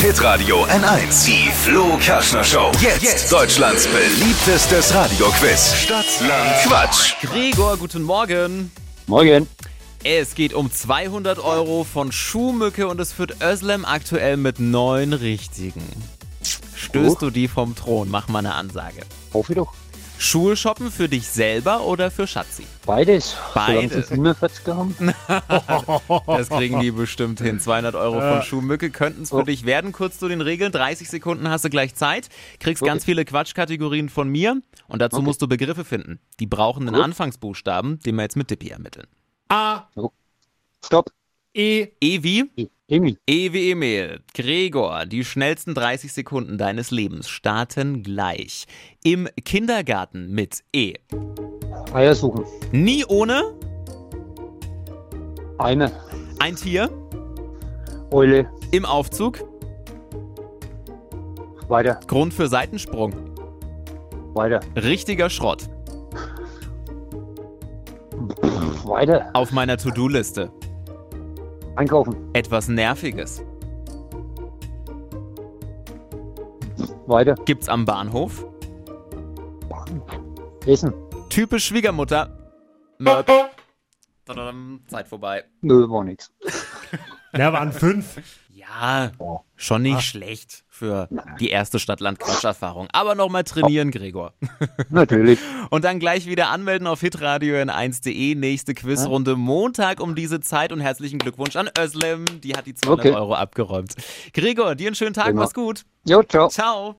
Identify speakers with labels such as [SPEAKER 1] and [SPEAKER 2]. [SPEAKER 1] Hitradio N1. Die Flo Kaschner Show. Jetzt, Deutschlands beliebtestes Radioquiz. Stadt, Land, Quatsch.
[SPEAKER 2] Gregor, guten Morgen.
[SPEAKER 3] Morgen.
[SPEAKER 2] Es geht um 200 Euro von Schuhmücke und es führt Özlem aktuell mit neun Richtigen. Stößt du die vom Thron? Mach mal eine Ansage.
[SPEAKER 3] Hoffe ich doch.
[SPEAKER 2] Schuhe shoppen für dich selber oder für Schatzi?
[SPEAKER 3] Beides. Solange
[SPEAKER 2] Beides.
[SPEAKER 3] sie 47 haben.
[SPEAKER 2] Das kriegen die bestimmt hin. 200 Euro von Schuhmücke könnten es für dich werden. Kurz zu den Regeln. 30 Sekunden hast du gleich Zeit. Kriegst ganz viele Quatschkategorien von mir. Und dazu musst du Begriffe finden. Die brauchen einen Anfangsbuchstaben, den wir jetzt mit Dippi ermitteln.
[SPEAKER 4] A,
[SPEAKER 3] Stopp.
[SPEAKER 4] E,
[SPEAKER 2] E wie?
[SPEAKER 3] Emil.
[SPEAKER 2] E wie Emil. Gregor, die schnellsten 30 Sekunden deines Lebens starten gleich. Im Kindergarten mit E.
[SPEAKER 3] Eier suchen.
[SPEAKER 2] Nie ohne
[SPEAKER 3] Eimer.
[SPEAKER 2] ein Tier.
[SPEAKER 3] Eule.
[SPEAKER 2] Im Aufzug.
[SPEAKER 3] Weiter.
[SPEAKER 2] Grund für Seitensprung.
[SPEAKER 3] Weiter.
[SPEAKER 2] Richtiger Schrott.
[SPEAKER 3] Weiter.
[SPEAKER 2] Auf meiner To-Do-Liste.
[SPEAKER 3] Einkaufen.
[SPEAKER 2] Etwas Nerviges.
[SPEAKER 3] Weiter.
[SPEAKER 2] Gibt's am Bahnhof.
[SPEAKER 3] Essen.
[SPEAKER 2] Typisch Schwiegermutter. Möp. Tadadam, Zeit vorbei.
[SPEAKER 3] Nö, war nix.
[SPEAKER 4] ja, waren fünf.
[SPEAKER 2] Ja, schon nicht schlecht für die erste Stadtland-Quatscherfahrung. Aber nochmal trainieren, Gregor.
[SPEAKER 3] Natürlich.
[SPEAKER 2] Und dann gleich wieder anmelden auf hitradio n1.de. Nächste Quizrunde Montag um diese Zeit. Und herzlichen Glückwunsch an Özlem. Die hat die 200
[SPEAKER 3] Okay.
[SPEAKER 2] Euro abgeräumt. Gregor, dir einen schönen Tag.
[SPEAKER 3] Prima.
[SPEAKER 2] Mach's gut.
[SPEAKER 3] Jo, ciao.
[SPEAKER 2] Ciao.